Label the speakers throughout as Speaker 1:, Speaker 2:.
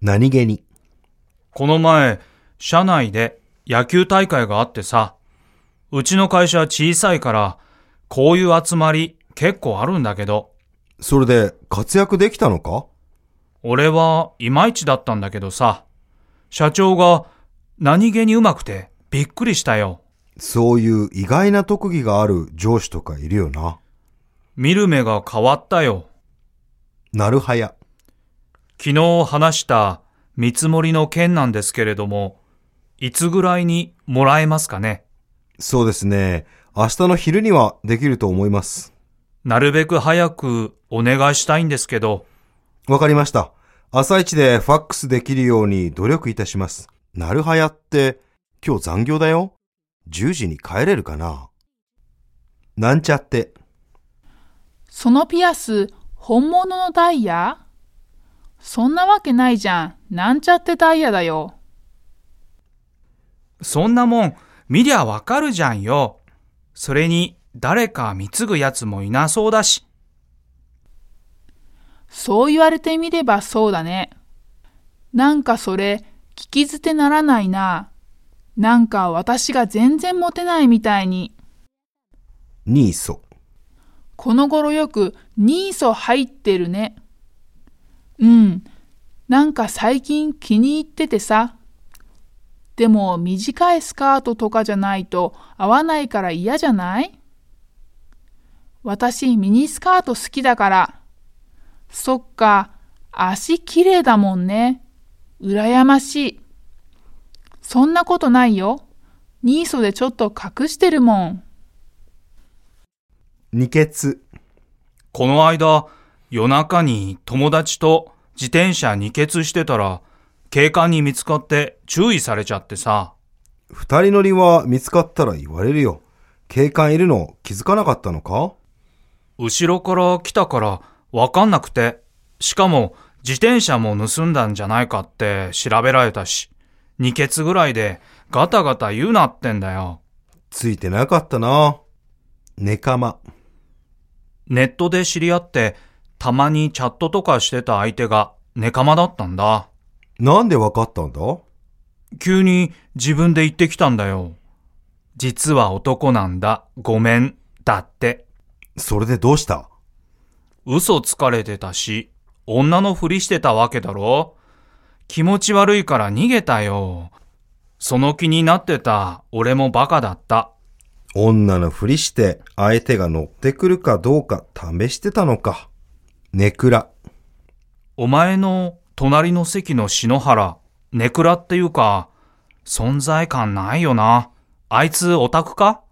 Speaker 1: 何気に。
Speaker 2: この前、社内で野球大会があってさ、うちの会社小さいから、こういう集まり結構あるんだけど、
Speaker 1: それで活躍できたのか
Speaker 2: 俺はいまいちだったんだけどさ、社長が何気にうまくてびっくりしたよ。
Speaker 1: そういう意外な特技がある上司とかいるよな。
Speaker 2: 見る目が変わったよ。
Speaker 1: なるはや。
Speaker 2: 昨日話した見積もりの件なんですけれども、いつぐらいにもらえますかね
Speaker 1: そうですね。明日の昼にはできると思います。
Speaker 2: なるべく早くお願いしたいんですけど、
Speaker 1: わかりました。朝一でファックスできるように努力いたします。なるはやって、今日残業だよ。10時に帰れるかななんちゃって。
Speaker 3: そのピアス、本物のダイヤそんなわけないじゃん。なんちゃってダイヤだよ。
Speaker 2: そんなもん見りゃわかるじゃんよ。それに誰か貢ぐやつもいなそうだし。
Speaker 3: そう言われてみればそうだね。なんかそれ、聞き捨てならないな。なんか私が全然モテないみたいに。
Speaker 1: ニーソ。
Speaker 3: この頃よくニーソ入ってるね。うん。なんか最近気に入っててさ。でも短いスカートとかじゃないと合わないから嫌じゃない私ミニスカート好きだから。そっか、足綺麗だもんね。羨ましい。そんなことないよ。ニーソでちょっと隠してるもん。
Speaker 1: 二血。
Speaker 2: この間、夜中に友達と自転車二欠してたら、警官に見つかって注意されちゃってさ。
Speaker 1: 二人乗りは見つかったら言われるよ。警官いるの気づかなかったのか
Speaker 2: 後ろから来たからわかんなくて。しかも自転車も盗んだんじゃないかって調べられたし。二欠ぐらいでガタガタ言うなってんだよ。
Speaker 1: ついてなかったな。ネカマ。
Speaker 2: ネットで知り合って、たまにチャットとかしてた相手がネカマだったんだ。
Speaker 1: なんでわかったんだ
Speaker 2: 急に自分で言ってきたんだよ。実は男なんだ。ごめん。だって。
Speaker 1: それでどうした
Speaker 2: 嘘つかれてたし、女のふりしてたわけだろ気持ち悪いから逃げたよ。その気になってた俺もバカだった。
Speaker 1: 女のふりして相手が乗ってくるかどうか試してたのか。ネクラ。
Speaker 2: お前の隣の席の篠原、ネクラっていうか、存在感ないよな。あいつオタクか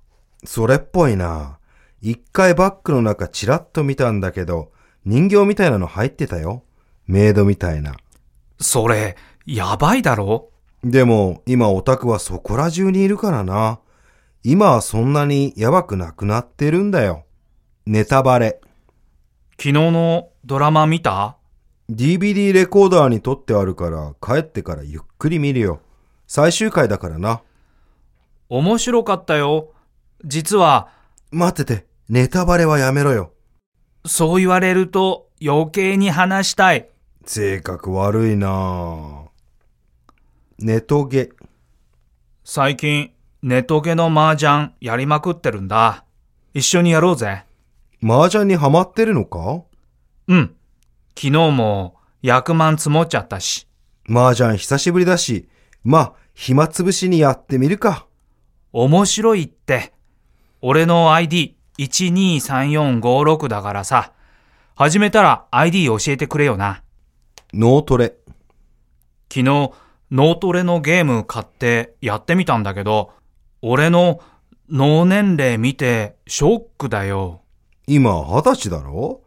Speaker 1: それっぽいな。一回バッグの中チラッと見たんだけど、人形みたいなの入ってたよ。メイドみたいな。
Speaker 2: それ、やばいだろ
Speaker 1: でも、今オタクはそこら中にいるからな。今はそんなにやばくなくなってるんだよ。ネタバレ。
Speaker 2: 昨日のドラマ見た
Speaker 1: DVD レコーダーに撮ってあるから、帰ってからゆっくり見るよ。最終回だからな。
Speaker 2: 面白かったよ。実は、
Speaker 1: 待ってて、ネタバレはやめろよ。
Speaker 2: そう言われると余計に話したい。
Speaker 1: 性格悪いなぁ。ネトゲ。
Speaker 2: 最近、ネトゲの麻雀やりまくってるんだ。一緒にやろうぜ。
Speaker 1: 麻雀にハマってるのか
Speaker 2: うん。昨日も100万積もっちゃったし。
Speaker 1: 麻雀久しぶりだし、まあ、暇つぶしにやってみるか。
Speaker 2: 面白いって。俺の ID123456 だからさ。始めたら ID 教えてくれよな。
Speaker 1: 脳トレ。
Speaker 2: 昨日、脳トレのゲーム買ってやってみたんだけど、俺の脳年齢見てショックだよ。
Speaker 1: 今、二十歳だろ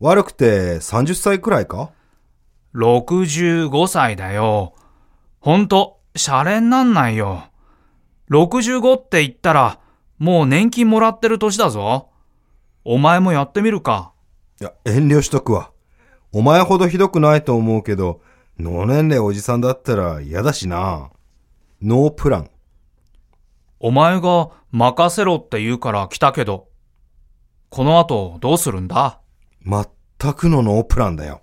Speaker 1: 悪くて30歳くらいか
Speaker 2: 65歳だよ。ほんと、シャレになんないよ。65って言ったら、もう年金もらってる年だぞ。お前もやってみるか。
Speaker 1: いや、遠慮しとくわ。お前ほどひどくないと思うけど、脳年齢おじさんだったら嫌だしな。ノープラン。
Speaker 2: お前が任せろって言うから来たけど、この後どうするんだ
Speaker 1: 全くのノープランだよ。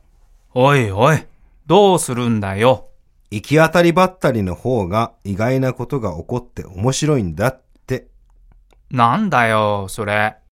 Speaker 2: おいおい、どうするんだよ。
Speaker 1: 行き当たりばったりの方が意外なことが起こって面白いんだって。
Speaker 2: なんだよ、それ。